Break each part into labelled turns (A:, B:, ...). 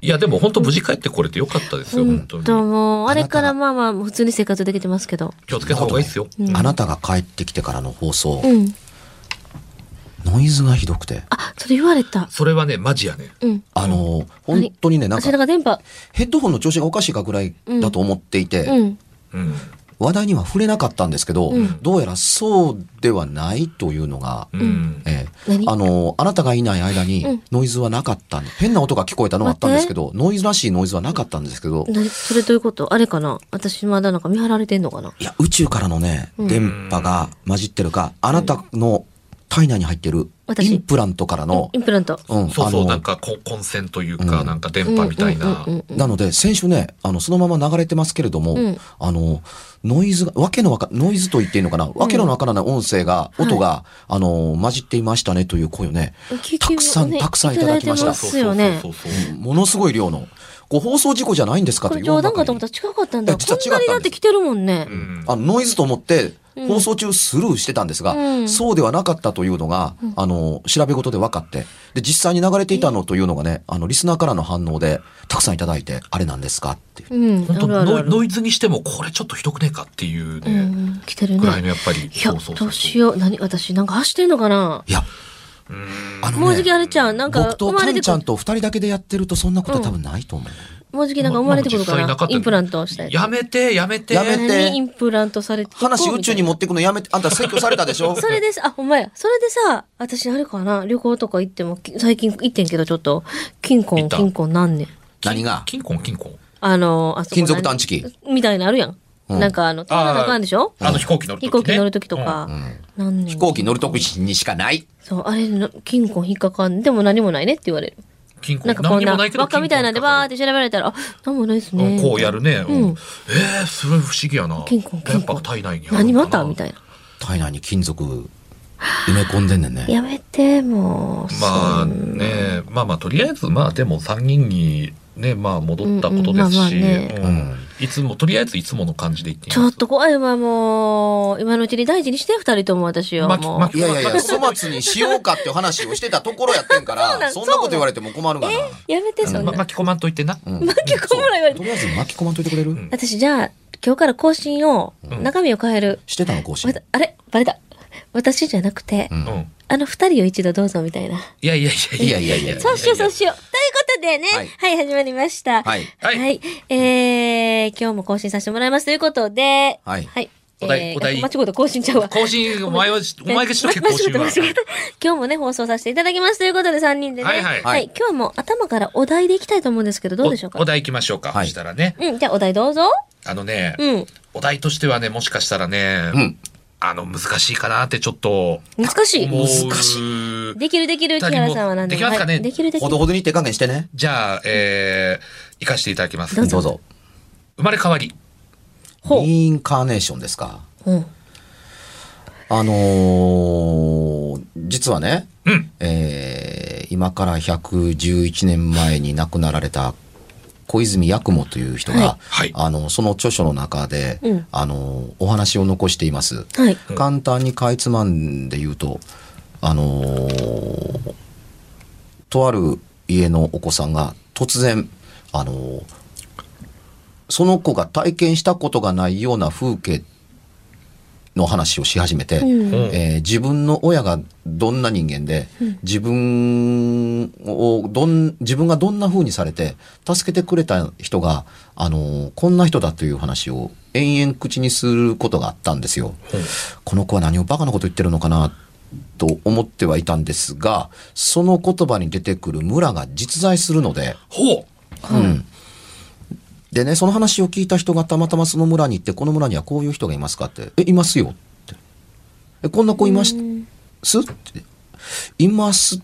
A: いや、でも本当無事帰ってこれてよかったですよ、本当に。
B: ともう、あれか
C: あ
B: ら
C: な
B: まあまあ、普通に生活できてますけど。
A: 気をつけた方がいいですよ。
B: うん
C: あなたが帰ってきてからの放送、
B: うん。
C: ノイズがひどくて。
B: あ、それ言われた。
A: それはね、マジやね。
B: うん。
C: あの、本当にね、なん
B: あ、
C: か
B: それ、が電波。
C: ヘッドホンの調子がおかしいかぐらいだと思っていて、
B: うん。
A: うん。
C: 話題には触れなかったんですけど、
B: うん
C: どうやらそうではないというのが、
A: うん。
C: ええ
B: 何
C: あの、あなたがいない間
B: う
C: に
B: ん
C: ノイズはなかったんで、変な音が聞こえたのはあったんですけど、ノイズらしいノイズはなかったんですけど、
B: なそれどういうことあれかな私まだなんか見張られてんのかない
C: や、宇宙からのね、
B: うん
C: 電波が混じってるか、あなたの体内に入ってる
B: 私
C: インプラントからの、
B: インプラント。
C: うん、
A: そうそう、な
C: あ
A: ん
C: の、
A: かこ混戦というか、
C: うん
A: なんか電波みたいな。
B: うんうんうんうん
C: なので、先週ね、あの、そのまま流れてますけれども、
B: うん
C: あの、ノイズが、わけのわか、ノイズと言っていいのかな、わけのわからない音声が、
B: はい
C: 音が、あの、混じっていましたねという声をね、
B: 救
C: た
B: 急
C: くさ
B: も
C: ん
B: ね
C: たくさんいただきました
B: いてますよね
A: そ。うそうそう
C: ものすごい量の、こう放送事故じゃないんですか
B: ことれ
C: いう
B: 冗談かと思った
C: 世の
B: ら違
C: 中に
B: かったんだ。
C: え実は
B: こんなにだって来てるもんね
A: う。ん。
C: あのノイズと思って
B: うん
C: 放送中スルーしてたんですが、
B: うん
C: そうではなかったというのが、あの、調べ事で分かって、で、実際に流れていたのというのがね、あの、リスナーからの反応で、たくさんいただいて、あれなんですかっていう。
B: うん。
A: 本
B: あ
A: 当
B: るあるあ
A: ノイ
B: る。
A: ノイズにしてもこれちょっとひどくねえかっていう
B: う
A: ね、
B: ん。来てる
A: ぐらいの
B: ね。
A: やっぱり。
B: いや、どうしよう。何私なんか走ってんのかない
C: や、あのね、
B: もうじきあれちゃん。なんか
C: 僕
B: 生
C: と
B: ま
C: カ
B: れ
C: ン
B: て
C: ちゃ
B: く
C: ん
B: る。
C: と二人だけでやってるとそんなことは多分ないと思う。
B: もうじきなんか生まれてくるか
A: まあまあ実際なか
B: な
A: った
B: インプラントしたやつ。
A: やめて、やめて。
C: やめて
B: 何インプラントされて
C: 話宇宙に持ってくのやめて、あんた説教されたでし ょ
B: それです。あ、ほんまや。それでさ、私あれかな、旅行とか行っても、き最近行ってんけど、ちょっと、金
A: 行
B: 婚、
A: った
B: 金婚なんねん。
C: 何が
A: 金婚、金婚。
B: あの、あそこ
C: 金属
B: 何
C: 探知機。
B: みたいなのあるやん。
C: うん
B: なんかあの、通らなあかんでしょ
A: あの飛行機乗ると
B: 飛
A: き、ね。
B: 行機乗るときとか。なんねん
C: 飛行機乗るときにしかない。
B: そう、あれの、金婚引っかかん、でも何もないねって言われる。
A: うん。金婚。
B: なんかこん
A: 何に
B: な、
A: もないけど
B: 輪っかみたいなんで
A: 金婚
B: バーって調べられたら、あ、何もないです
A: う
B: ね。
A: んこうやるね。うん
B: うん
A: えー、それ不思議やな。
B: 金婚、
A: や
B: 金
A: っぱ
B: 婚。
A: 体内にある
B: 何またみ
A: い
B: たいな。
C: 体内に金属埋め込んでんねんね。
B: やめて、もう。
A: まあ
B: そん
A: ね、まあまあ、とりあえず、まあでも参議院にね、まあ戻ったことですし、
B: うんうんま
C: あまあね
A: うんいつも、とりあえずいつもの感じでいってみ
B: ち
A: ま
B: ょ
A: す
B: っと怖いわ、もう。今のうちに大事にして、二人とも私を。
A: まあ
B: もう。
A: まあ
C: いやい やいや、粗末にしようかっていう話をしてたところやってんか
B: そうな
C: ら、
B: ん
C: そんなこと言われても困るがな。
B: やめて、そんな。
A: ま巻き込まんといてな。
C: うん
B: 結構ぐらい言われ
C: と
B: て。
C: りあえず巻き込まんといてくれる、
A: ん
B: 私、じゃあ、今日から更新を、
A: ん
B: 中身を変える。
C: してたの更新
B: わ。たあれバレた。私じゃなくて、
C: うん
A: うん。
B: あの二人を一度どうぞ、みたいな。
A: いやいやいや
C: いやいやいや
B: そうしよう、そうしよう。ということでね、
C: は
B: はいい、始まりました。
C: はい
A: はい
B: えー、今日も更新させてもらいますということで、
C: はい
B: はい。
A: お題
B: えー
A: お題
B: 間違うと更新ちゃうわ。
A: 更新、お前は、お前がしと け、
B: ま
A: 更新は
B: ま。仕事ま仕事今日もね、放送させていただきますということで、3人でね。
A: はいはい
B: はい。今日も頭からお題でいきたいと思うんですけど、どうでしょうか
A: おお題行きましょうか。
C: はい
A: そしたらね、
B: うん、じゃあお題どうぞ。
A: あのね、
B: うん。
A: お題としてはね、もしかしたらね、
C: うん
A: あの、難しいかなってちょっと、
B: 難しい。
A: 思う。
B: できるできる、木原さんは何でも。
A: できますかね
B: はいできるでき
C: ほ
B: る
C: ど。ほどに手加減してね。
A: じゃあ、えー、行かせていただきます。
B: どうぞ
C: ど
A: 生
C: うぞ。
A: まれ変わり。
B: ほう
C: インカーネーションですか。
B: うん。
C: あのー実はね、
A: うん。
C: えー今から111年前に亡くなられた小泉八雲という人が、
A: はいはい
C: あのその著書の中で、
B: うん
C: あのお話を残しています。
B: はい。
C: 簡単にかいつまんで言うと、あのーとある家のお子さんが突然、あのーその子が体験したことがないような風景の話をし始めて、
B: うん。
C: えー自分の親がどんな人間で、自分をどん自分がどんな風にされて助けてくれた人が、あのーこんな人だという話を延々口にすることがあったんですよ。この子は何をバカなこと言ってるのかなと思ってはいたんですがその言葉に出てくる村が実在するので。
A: ほ
C: うんでね、その話を聞いた人がたまたまその村に行って、この村にはこういう人がいますかって、え、いますよって。え、こんな子いますって。います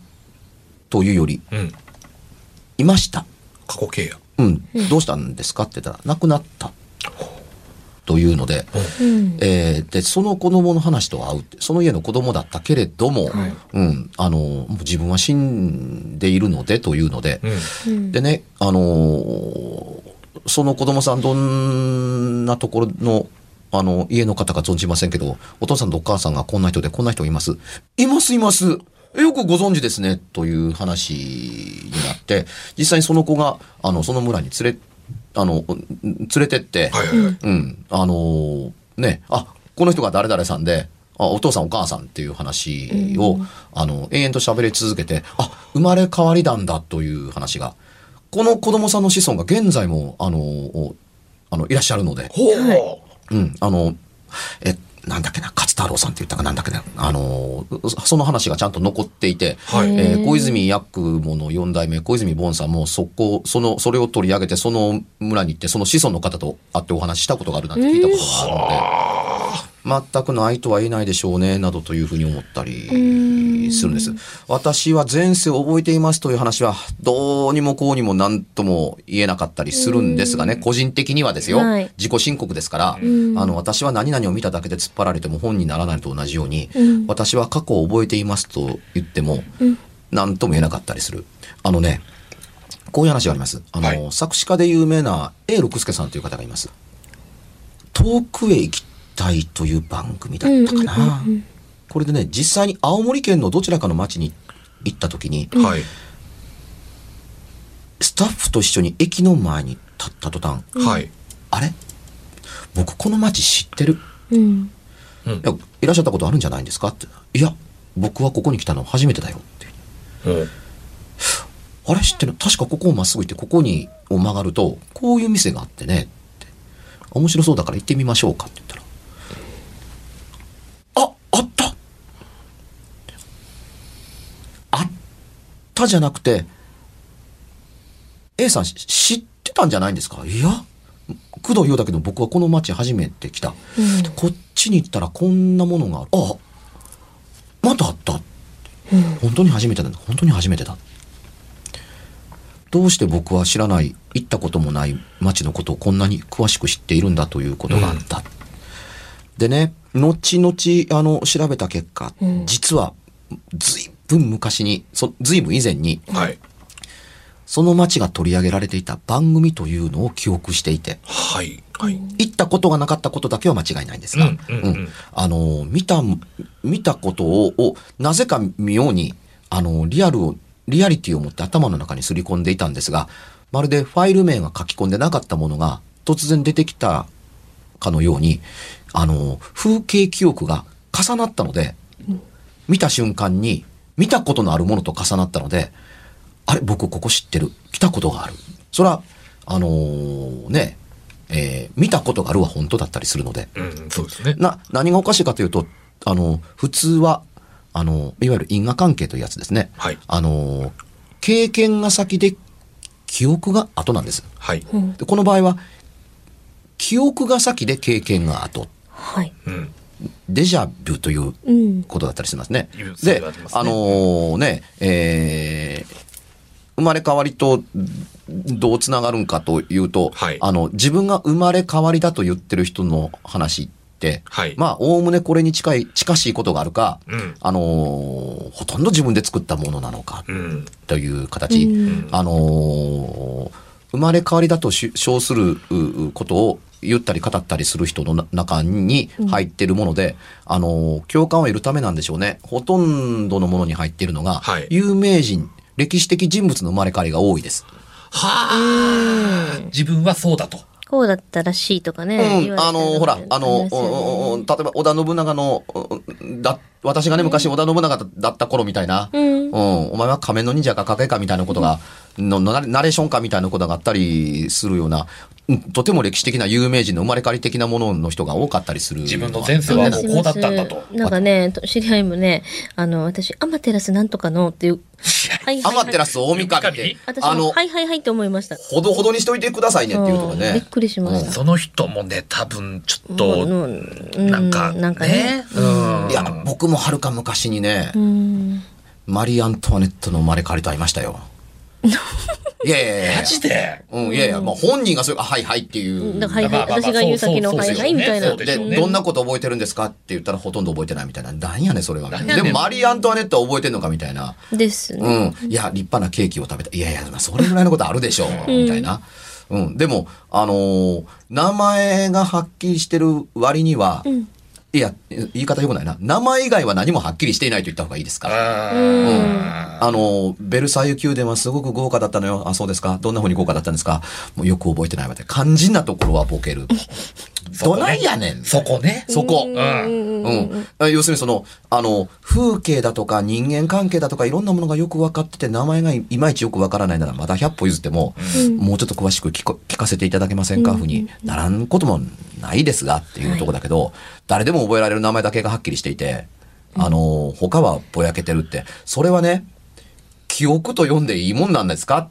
C: というより、
A: う。うん。
C: いました。
A: 過去形や。
C: うん、どうしたんですかって言ったら、亡くなった。というので、
B: うん。
C: えーで、その子供の話と合うって、その家の子供だったけれども、
B: はい
C: うん、あの、もう自分は死んでいるのでというので、
A: うん。
B: うん
C: でね、あのーその子供さん、どんなところの、あの、家の方か存じませんけど、お父さんとお母さんがこんな人で、こんな人います。います、います。えよくご存知ですね、という話になって、実際にその子が、あの、その村に連れ、あの、連れてって、
A: はいはいはい。
C: うん、あのーね、あ、この人が誰々さんで、あお父さんお母さんっていう話を、あの、延々と喋り続けて、あ、生まれ変わりなんだという話が、この子供さんの子孫が現在も、あのおあの、いらっしゃるので、
A: ほう。
C: うん、あの、え、なんだっけな、勝太郎さんって言ったかなんだっけな、あの、その話がちゃんと残っていて、
A: はい。
C: えー小泉八雲の4代目、小泉ボンさんもそこ、その、それを取り上げて、その村に行って、その子孫の方と会ってお話ししたことがあるなんて聞いたことがあるので、全くの愛とは言えないでしょうね、などというふうに思ったりするんです。私は前世を覚えていますという話は、どうにもこうにも何とも言えなかったりするんですがね、個人的にはですよ、
B: はい
C: 自己申告ですから、
B: うん
C: あの、私は何々を見ただけで突っ張られても本にならないのと同じように、
B: うん
C: 私は過去を覚えていますと言っても、何とも言えなかったりする。あのね、こういう話があります。あの、
A: はい
C: 作詞家で有名な A 六輔さんという方がいます。遠くへ行きたいという番組だったかな。これでね、実際に青森県のどちらかの町に行った時に、
A: はい。
C: スタッフと一緒に駅の前に立った途端、
A: はい。
C: あれ僕この町知ってる
B: うん。
C: いやいらっしゃったことあるんじゃないんですかって。いや、僕はここに来たの初めてだよって。
A: うん
C: あれ知ってる確かここをまっすぐ行って、ここにを曲がると、こういう店があってねって。面白そうだから行ってみましょうかって言ったら。あ、あったあったじゃなくて、A さんし知ってたんじゃないんですかいや、工藤洋だけど僕はこの町初めて来た。でこっちに行ったらこんなものがある。あ、またあった。本当に初めてだ。本当に初めてだ。どうして僕は知らない行ったこともない町のことをこんなに詳しく知っているんだということがあった、でね後々あの調べた結果、
B: うん
C: 実はずいぶん昔にそずいぶん以前に
A: はい。
C: その町が取り上げられていた番組というのを記憶していて
A: はい。はい。
C: 行ったことがなかったことだけは間違いないんですが、
A: うんうんうん
C: あの見た見たことををなぜか妙にあのリアルをリアリティを持って頭の中にすり込んでいたんですがまるでファイル名が書き込んでなかったものが突然出てきたかのようにあの風景記憶が重なったので、見た瞬間に見たことのあるものと重なったのであれ僕ここ知ってる来たことがあるそれはあのーねえー見たことがあるは本当だったりするので
A: うん、そうですね。
C: な何がおかしいかというとあの普通はあのいわゆる因果関係というやつですね、
A: はい
C: あの経験が先で記憶が後なんです
A: はい。
C: でこの場合は記憶が先で経験が後
B: はい。
A: うん。
C: デジャブという
B: うん。
C: ことだったりしますね
A: いう。それ
C: で
A: はありますね
C: あのーね、えー生まれ変わりとどうつながるんかというと、
A: はい
C: あの自分が生まれ変わりだと言ってる人の話って、
A: はい
C: まあおおむねこれに近い近しいことがあるか、
A: うん
C: あのーほとんど自分で作ったものなのか
A: うん。
C: という形、
B: うん
C: あのー生まれ変わりだとし称するううことを言ったり語ったりする人のな中に入っているもので、あのー共感を得るためなんでしょうねほとんどのものに入っているのが、
A: はい
C: 有名人歴史的人物の生まれ変わりが多いです。
A: はあ。自分はそうだと。
B: こうだったらしいとかね。言
C: う
B: われ
C: ん、
B: た
C: あの、ほら、あの、
B: りますよね
C: おおお例えば織田信長の、おだ、私がね、昔織田信長だった頃みたいな、
B: うん
C: お前は仮面の忍者か影かみたいなことが、の、のナレナレーションかみたいなことがあったりするような、うんとても歴史的な有名人の生まれ変わり的なものの人が多かったりする。
A: 自分の前世はもうこうだったんだと。
B: なんかね、と知り合いもね、あの、私、アマテラスなんとかのっていう。はい
C: アマテラ
B: ス。
C: ス大神って、
B: 私
C: あ
B: も、
C: の
B: は、いはいはいって思いました。
C: ほどほどにしといてくださいねっていうとか
B: そうびっ
C: ね。
B: くりしました。
A: その人もね、多分ちょっ
B: も
A: と
B: う、う
A: なんか、
B: なんかね。
A: うん。
C: いや、僕もはるか昔にね、
B: うん。
C: マリー・アントワネットの生まれ変わりと会いまし たよ。いやいやいやいや
A: マ。ジで
C: うん、いやいや、まあ本人がそういう、あ、はいはいっていう。
B: だはい
A: まあまあ
B: はい。
A: まあ
B: 私が言う先の
A: そう
B: は
A: そう
B: い
A: そう
B: はいみたいな
A: そう。ですよね
C: どんなこと覚えてるんですかって言ったらほとんど覚えてないみたいな。なんやねん、それは。
A: なんやね
C: で
A: ん
C: も、マリー・アントワネットは覚えてんのかみたいな。
B: です
C: う
B: ね。
C: ん。いや、立派なケーキを食べた。いやいや、まあそれぐらいのことあるでしょう。みたいな。うん。でも、あのー名前がはっきりしてる割には、いや、言い方良くないな。名前以外は何もはっきりしていないと言った方がいいですから。
A: あ
B: うん
A: ー
C: あの、ベルサイユ宮殿はすごく豪華だったのよ。あ、そうですか。どんな風に豪華だったんですか。もうよく覚えてないわで。肝心なところはボケる。 どないやねん。
A: そこね。
C: そこ。
B: うん
C: うん、あ要するにそのあの風景だとか人間関係だとかいろんなものがよく分かってて名前がいいまいちよく分からないならまだ100歩譲っても、もうちょっと詳しく聞こ聞かせていただけませんか、ふうにならんこともないですがっていうとこだけど、誰でも覚えられる名前だけがはっきりしていてあの他はぼやけてるってそれはね記憶と読んでいいもんなんですかっ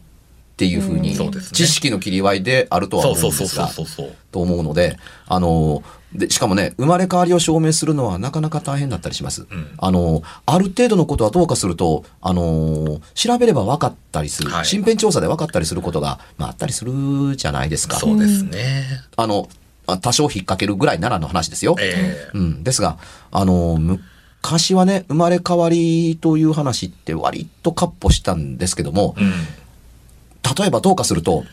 C: ていうふうに、
A: うんそうですね
C: 知識の切り合いであるとは
A: そう
C: 思うん
A: そうそう
C: です
A: そう
C: が
A: そうそう。
C: と思うので、あの、で、しかもね、生まれ変わりを証明するのはなかなか大変だったりします。
A: ん
C: あの、ある程度のことはどうかすると、あの、調べれば分かったりする、
A: はい
C: 身辺調査で分かったりすることが、まあ、あったりするじゃないですか。
A: そうですね。
C: あの、あ多少引っ掛けるぐらいならの話ですよ。
A: ええ
C: うん、ですが、あの、昔はね、生まれ変わりという話って割とカッポしたんですけども、
A: うん。
C: 例えばどうかすると、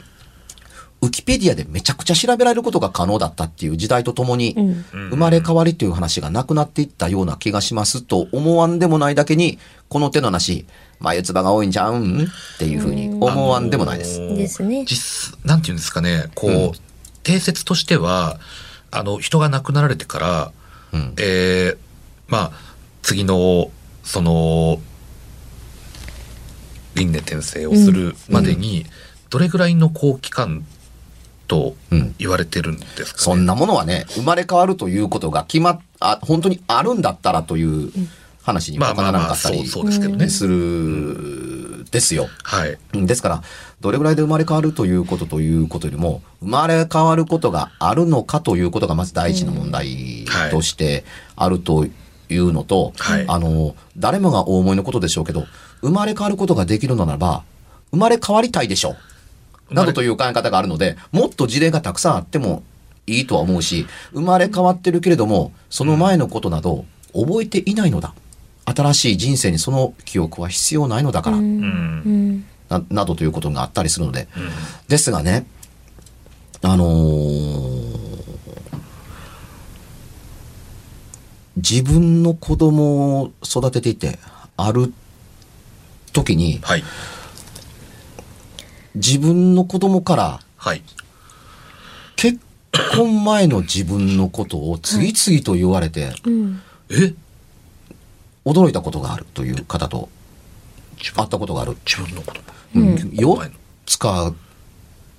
C: ウィキペディアでめちゃくちゃ調べられることが可能だったっていう時代とともに、
B: うん
A: うん
C: 生まれ変わりという話がなくなっていったような気がしますと思わんでもないだけに、この手の話、眉唾が多いんじゃうんっていうふうに思わんでもないです。
A: あのー
B: ですね
A: 実なんていうんですかね、こう、
C: うん
A: 定説としては、あの、人が亡くなられてから、
C: うん
A: えーまあ、次の、その、輪廻転生をするまでに、どれぐらいのこう期間と
C: うん
A: 言われてるんですか
C: そ
A: ね。
C: んなものはね、生まれ変わるということが決まっ、あ、本当にあるんだったらという話にも
A: まあま
C: なら
A: あ
C: な
A: ま
C: か
A: あ、
C: っ
A: そ
C: た
A: う
C: り
A: そうですけどね。
C: する、ですよ。
A: はい。
C: ですから、どれぐらいで生まれ変わるということということよりも、生まれ変わることがあるのかということがまず第一の問題
A: はい
C: としてあるというのと、
A: はい
C: あの、誰もがお思いのことでしょうけど、生まれ変わることができるのならば、生まれ変わりたいでしょう。などという考え方があるので、もっと事例がたくさんあってもいいとは思うし、生まれ変わってるけれども、その前のことなど覚えていないのだ。新しい人生にその記憶は必要ないのだから。
B: うん
A: うん。
B: うん
C: ななどということがあったりするので、
A: うん
C: ですがね、あのー自分の子供を育てていて、ある時に、
A: はい。
C: 自分の子供から
A: はい。
C: 結婚前の自分のことを次々と言われて、
B: うん
A: え
C: 驚いたことがあるという方と
A: 自分
C: 会ったことがある。
A: 自分のこと。
B: うん
C: よつか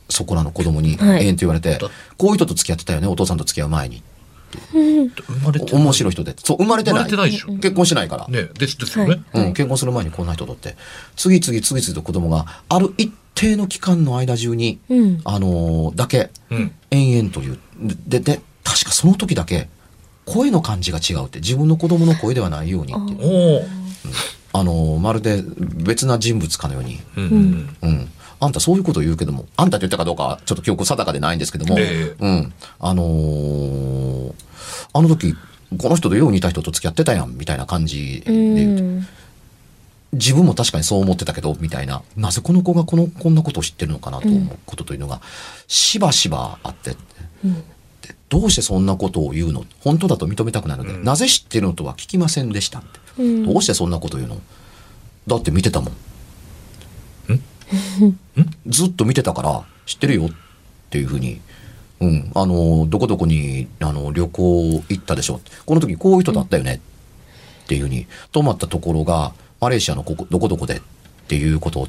C: そこらの子供に、
B: はい
C: ええんと言われて
A: だ、
C: こういう人と付き合ってたよね、お父さんと付き合う前に。
A: 生まれてない
C: 面白い人で。そう、生まれて
A: 生ま
C: な
A: れ
C: い。
A: てないでしょ。ね
C: 結婚してないから。
A: ですですよね。
B: はい
C: うん、結婚する前にこんな人とって。次々次々と子供が、ある一定の期間の間中に、
B: うん
C: あのーだけ、
A: うん。
C: 延々という。で、で、確かその時だけ、声の感じが違うって、自分の子供の声ではないようにっていう。
A: おお。
C: あのーまるで別な人物かのように。
A: うんうん
C: うん。あんたそういうこと言うけども、あんたって言ったかどうかはちょっと記憶定かでないんですけども、
A: え
C: うん。あのーあの時、この人とよう似た人と付き合ってたやん、みたいな感じで言うと
B: うん
C: 自分も確かにそう思ってたけど、みたいな。なぜこの子がこの、こんなことを知ってるのかなと思うことというのが、しばしばあって、でどうしてそんなことを言うの本当だと認めたくないので、
A: うん
C: なぜ知ってるのとは聞きませんでしたって。
B: うん
C: どうしてそんなこと言うのだって見てたもん。ずっと見てたから知ってるよっていうふうに、うん、あのどこどこにあの旅行行ったでしょこの時こういう人だったよねっていうふうに泊まったところがマレーシアのここどこどこでっていうこと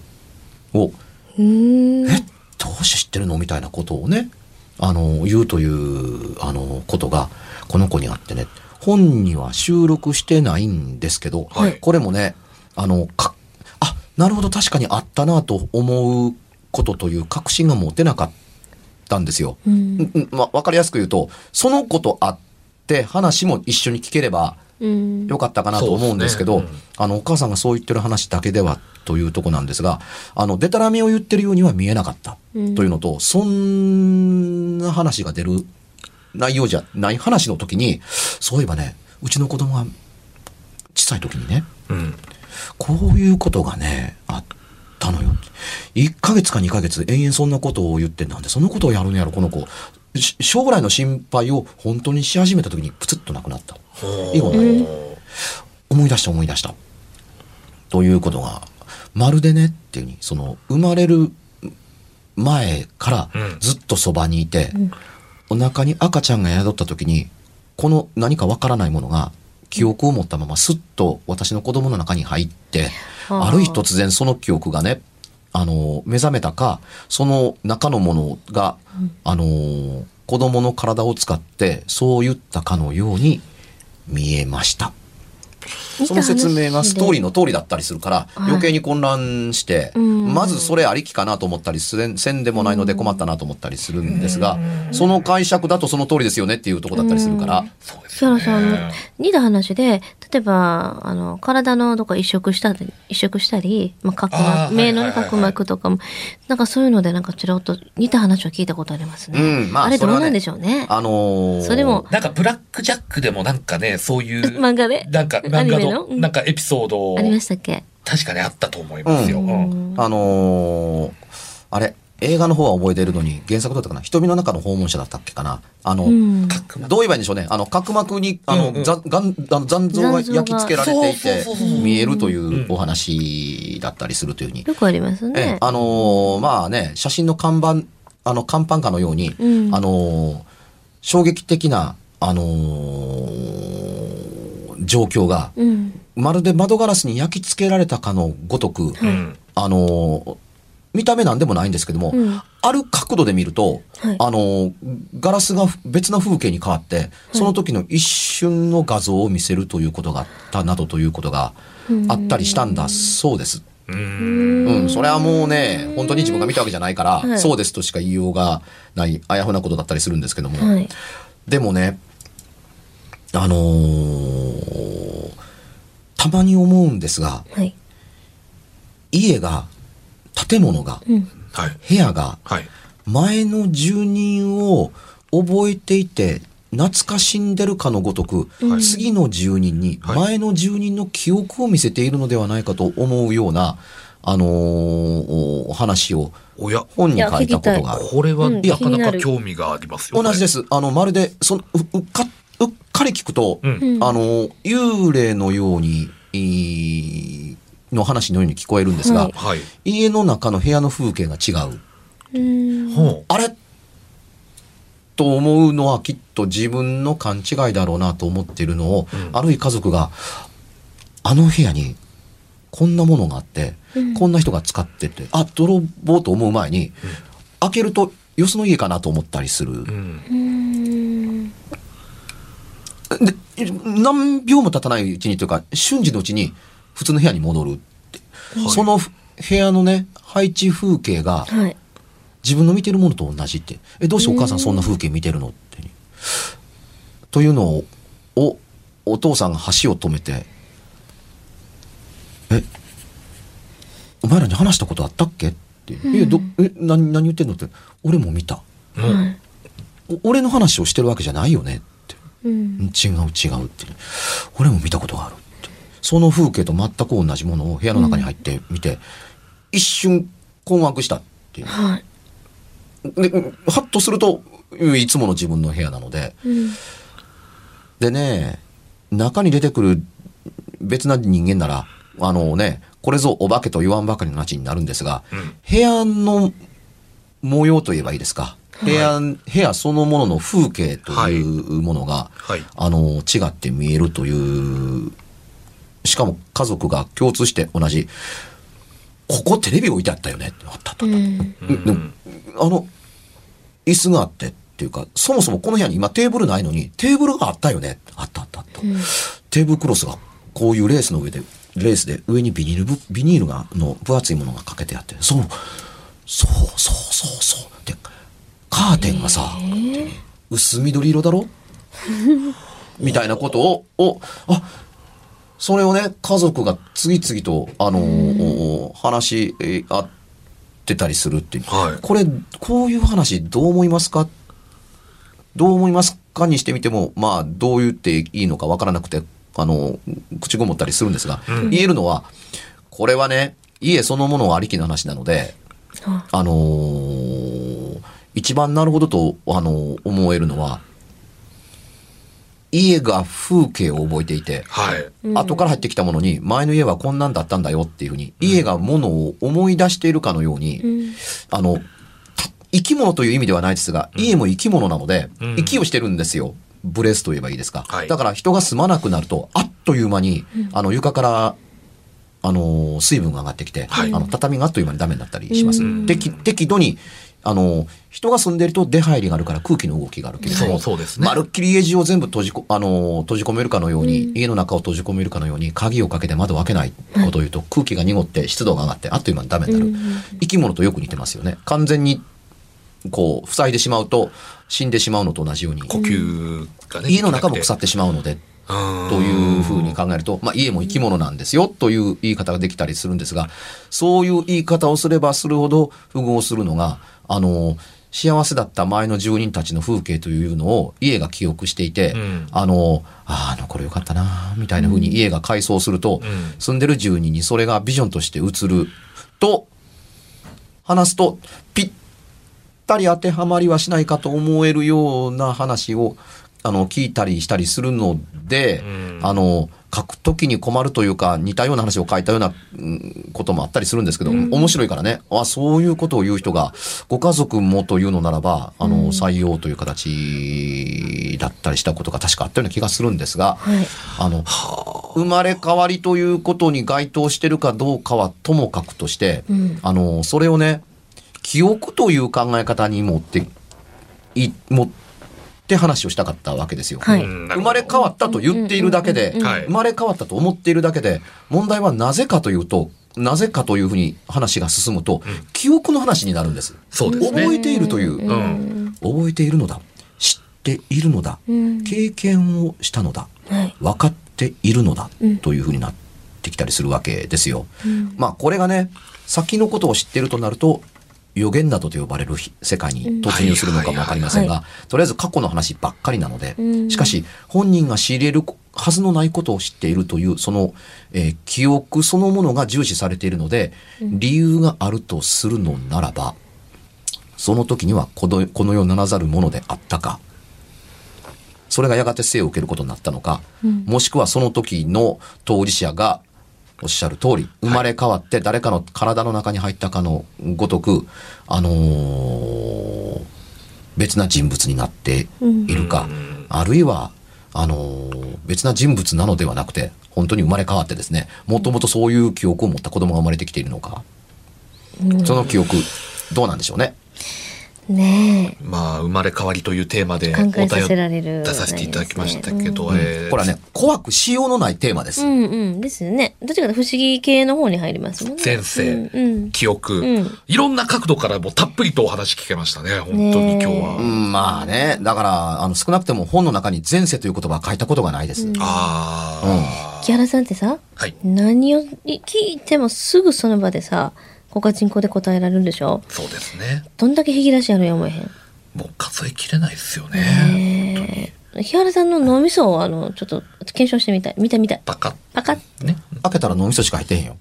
C: を
B: うん
C: えどうして知ってるのみたいなことをねあの言うというあのことがこの子にあってね本には収録してないんですけど、
A: はい
C: これもねあのかあなるほど確かにあったなと思うことという確信が持てなかったんですよ。
B: うん
C: うんうんまあ、分かりやすく言うとその子と会って話も一緒に聞ければ
B: うん
C: よかったかなと思うんですけ
A: そ
C: ど、
A: うですね
C: あのお母さんがそう言ってる話だけではというとこなんですがあのデタラメを言ってるようには見えなかったと
B: うん
C: いうのと、そんな話が出る内容じゃない話の時にそういえばねうちの子供は小さい時にね
A: うん。
C: こういうことがねあったのよ1ヶ月か2ヶ月延々そんなことを言ってなんでそのことをやるのやろこの子し将来の心配を本当にし始めた時にプツッとなくなった
A: ほう
C: 以後ない思い出した思い出したということがまるでねっていうふうにその生まれる前から
A: うん
C: ずっとそばにいて、お腹に赤ちゃんが宿った時にこの何かわからないものが記憶を持ったまますっと私の子供の中に入って
B: あー
C: ある日突然その記憶がねあの目覚めたかその中のものが、あの子供の体を使ってそう言ったかのように見えました。その説明がストーリー
B: の。
C: の通りだったりするから
B: はい
C: 余計に混乱して、
B: うん
C: まずそれありきかなと思ったりせんせんでもないので困ったなと思ったりするんですが、その解釈だとその通りですよねっていうところだったりするから、
A: そうです
B: そ
A: よ
B: ら
A: ね
B: さんの似た話で例えばあの体のどこか移植したり移植したり、まあ、角
A: あ
B: 膜
A: ー
B: 目の
A: はいは
B: ね
A: いはい
B: 角膜とかもなんかそういうのでなんかちらっと似た話を聞いたことありますね。
C: うんまあ
B: あれど
C: そうれはね
B: なんでしょうね。
C: あのー
B: それも
A: なんかブラックジャックでもなんかねそういう
B: 漫画で
A: なんか
B: ア
A: 漫
B: ニ
A: 画
B: メの
A: の
B: うん
A: なんかエピソード
B: ありましたっけ。
A: 確かにあったと思いますよ。
B: う
A: うん
B: ん
C: あのーあれ映画の方は覚えてるのに原作だったかな瞳の中の訪問者だったっけかなあの、
B: うん
A: 角膜
C: どう言えばいいんでしょうねあの角膜にあの、
A: うんうん
C: ざがんあの残像が焼き付けられていて
A: 残像がそうそうそうそう
C: 見えるというんお話だったりするというふうに
B: よくあります
C: ええ
B: ね。
C: あのーまあね、写真の看板、あの、看板下のように、
B: うん
C: あのー衝撃的な、あのー状況が、
B: うん
C: まるで窓ガラスに焼き付けられたかのごとく、
A: うん
C: あのー見た目なんでもないんですけども、
B: うん
C: ある角度で見ると、
B: はい
C: あのーガラスが別な風景に変わって、その時の一瞬の画像を見せるということがあったなどということがあったりしたんだそうです。
A: うん
C: うん、それはもうね、本当に自分が見たわけじゃないから、
B: はい
C: そうですとしか言いようがない、あやふなことだったりするんですけども。
B: はい。
C: でもね、あのーたまに思うんですが、
B: はい。
C: 家が、建物が、
B: うん。
A: はい
C: 部屋が、
A: はい
C: 前の住人を覚えていて、懐かしんでるかのごとく、
B: はい
C: 次の住人に、
A: はい
C: 前の住人の記憶を見せているのではないかと思うような、あのーお話を、
A: おや
C: 本に書いたことがある。
A: これは
B: うん
A: なか
B: 気に
A: な
B: な
A: か
B: る
A: 興味がありますよ。。
C: 同じですす。あの、まるで、その、ううっか、うっかり聞くと、
A: うん
B: うん
C: あの、幽霊のように、いーの話のように聞こえるんです
B: は
C: が、
B: い
A: はい。
C: 家の中の部屋の風景が違う。
B: うん。
A: ほ
C: あれと思うのはきっと自分の勘違いだろうなと思っているのを、
A: うん
C: ある日家族が、あの部屋にこんなものがあって、
B: うん
C: こんな人が使ってて、あ、泥棒と思う前に、開けるとよその家かなと思ったりする。
A: う。うん。
B: うん
C: で何秒も経たないうちにというか瞬時のうちに普通の部屋に戻るって、
A: はい
C: そのふ部屋のね配置風景が
B: はい。
C: 自分の見てるものと同じって「えどうしてお母さんそんな風景見てるの?」ってにというのをおお父さんが橋を止めて「えお前らに話したことあったっけ?」って「いやどえ何何言ってんの?」って「俺も見た
A: うん
C: お俺の話をしてるわけじゃないよね」って。
B: うん。
C: 違う違うって俺も見たことがあるってその風景と全く同じものを部屋の中に入って見て、一瞬困惑したっていう
B: はい。
C: でハッとするといつもの自分の部屋なので
B: うん。
C: でね中に出てくる別な人間ならあのねこれぞお化けと言わんばかりの話になるんですが、
A: うん
C: 部屋の模様といえばいいですか部屋,、部屋そのものの風景というものが、
A: はい。
C: あの、違って見えるという、しかも家族が共通して同じ、ここテレビ置いてあったよねあったあったあっ
B: うん。
C: たでもあの、椅子があってっていうか、そもそもこの部屋に今テーブルないのに、テーブルがあったよねあったあったあった。テーブルクロスがこういうレースの上で、レースで上にビニールぶ、ビニールが、の分厚いものがかけてあって、そう、そうそうそうそう。で、カーテンがさ、薄緑色だ ろみたいなことを、お、あ、それをね、家族が次々と、あのお話しえー合ってたりするっていう。
A: はい
C: これ、こういう話どう思いますかどう思いますかにしてみても、まあ、どう言っていいのかわからなくて、あの、口ごもったりするんですが、言えるのは、これはね、家そのものはありきの話なので、
B: あ
C: あのー一番なるほどと、あの、思えるのは、家が風景を覚えていて、
A: はい。
C: 後から入ってきたものに、前の家はこんなんだったんだよっていうふうに、家がものを思い出しているかのように、
B: うん
C: あの、た生き物という意味ではないですが、家も生き物なので
A: うん、
C: 息をしてるんですよ。ブレスと言えばいいですか。
A: はい
C: だから人が住まなくなると、あっという間に、あの床から、あのー水分が上がってきて、
A: はい
C: あの畳があっという間にダメになったりします。
A: うん
C: 適適度に、あのー人が住んでると出入りがあるから空気の動きがあるけれども、
A: そうそうですね
C: まるっきり家路を全部閉じこ、あのー閉じ込めるかのように、
B: うん
C: 家の中を閉じ込めるかのように、鍵をかけて窓を開けないことを言うと、空気が濁って湿度が上がって、あっという間にダメになる。
B: うん
C: 生き物とよく似てますよね。完全に、こう、塞いでしまうと、死んでしまうのと同じように、
A: 呼吸がね。
C: 家の中も腐
A: っ
C: ってしまうので、
A: と
C: というふうに考えると、まあ、家も生き物なんですよという言い方ができたりするんですがそういう言い方をすればするほど符合するのがあの幸せだった前の住人たちの風景というのを家が記憶していて、
A: うん
C: あのあああの頃よかったなみたいなふうに家が改装すると、
A: うん
C: 住んでる住人にそれがビジョンとして映ると話すとぴったり当てはまりはしないかと思えるような話をあの聞いたりしたりするので、
A: うん
C: あの書くときに困るというか似たような話を書いたような、うんこともあったりするんですけど、面白いからねあそういうことを言う人がご家族もというのならばあの、採用という形だったりしたことが確かあったような気がするんですが。
B: はい。
C: あの、生まれ変わりということに該当してるかどうかはともかくとして、
B: うん
C: あの、それをね、記憶という考え方に持って、い、持って話をしたかったわけですよ。
B: はい
A: うんなるほ
C: 生ま
A: ど
C: れ変わったと言っているだけで、
A: んうんはい
C: 生まれ変わったと思っているだけで、問題はなぜかというと、なぜかというふうに話が進むと、記憶の話になるんです。
A: そうですね。
C: 覚えているという、
A: う。
B: うん
C: 覚えているのだ、知っているのだ、
B: うん
C: 経験をしたのだ、
B: はい。
C: 分かっているのだ
B: うん
C: というふうになってきたりするわけですよ。
B: うん
C: まあこれがね先のことを知っているとなると予言などと呼ばれるひ世界に突入するのかも分かりません
B: うん
C: がとりあえず過去の話ばっかりなので
B: うん
C: しかし本人が知り得るはずのないことを知っているというその、えー記憶そのものが重視されているので理由があるとするのならばその時にはこのこの世ならざるものであったかそれがやがて生を受けることになったのか、もしくはその時の当事者がおっしゃる通り、生まれ変わって誰かの体の中に入ったかのごとく、あのー別な人物になっているか、あるいは、あのー別な人物なのではなくて、本当に生まれ変わってですね、もともとそういう記憶を持った子供が生まれてきているのか、その記憶、どうなんでしょうね。
B: ねえ。
A: まあ、生まれ変わりというテーマで
B: 考えさせられる
A: お便り出させていただきましたけど、
C: うん
A: えー
C: これはね、怖くしようのないテーマで
B: う。
C: す
B: んうん。ですよね。どっちかというと不思議系の方に入りますもんね。
A: 前世
B: うん
A: 記憶、
B: うん
A: いろんな角度からもうたっぷりとお話聞けましたね。本当に今日は。
C: うん、まあね。だから、あの、少なくても本の中に前世という言葉は書いたことがないです。
A: あ
B: うん。
A: あ、
B: 木原さんってさ、
A: はい。
B: 何を聞いてもすぐその場でさ、ご家人公で答えられるんでしょ
A: そうですね。
B: どんだけ引き出しあるや思えへん。
A: もう数えきれないですよね。
B: えー、日原さんの脳みそをあのちょっと検証してみたい見てみたい
A: パカ
B: パカッ
A: ッね。
C: 開けたら脳みそしか入ってへんよ。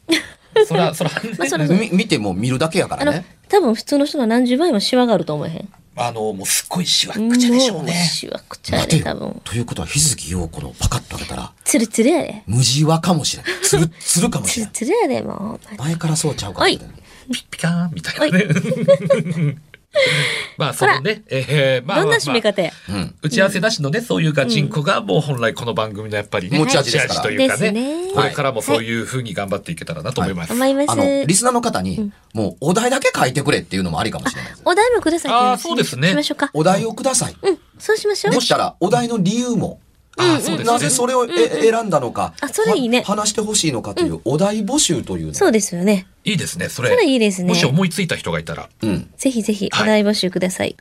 A: そ ら、そら、
B: まあそらそう
C: み見ても見るだけやか
B: あ
C: ら
B: の、
C: ね。
B: 多分普通の人の何十倍もシワがあると思えへん
A: あの、もうすっごいしわっくちゃでしょう
B: もう
A: ね。
B: シワくちゃや
C: 待て
B: で多
C: よ
B: 分
C: ということは、日月陽子のパカッと開けたら、
B: つるつるやで
C: 無地はかもしれん。つる、つるかも
B: つ
C: し
B: る
C: れん。
B: つるやでもうほんまに
C: 前からそうちゃうか
B: お
C: ら
B: い。
A: ピッピカーンみたいなね。 まあ、そのね、えー、まあまあ、まあ、
B: どんな締め方や
C: うん。
A: 打ち合わせなしのね、そういうガチンコが、もう本来この番組のやっぱりね、
C: 持ち味ですから
A: 持ちというかね
B: ですね
A: これからもそういうふうに頑張っていけたらなと思います。
B: 思います
C: あの、リスナーの方に、もうお題だけ書いてくれっていうのもありかもしれないです。
B: お題もくださいってい
A: あーそうですね
B: しましょうか
C: お題をください。
B: うんそうしましょう
C: でしたら、お題の理由も、
A: ああ、そうですね。
C: なぜそれをえ選んだのか、
B: あそれいいね
C: は話してほしいのかというお題募集というのを
B: そうですよね
A: いいですね、そ
B: そ
A: れ。
B: れいいですね
A: もし思いついた人がいたら。
C: うん。
B: ぜひぜひ
A: はい
B: お題募集ください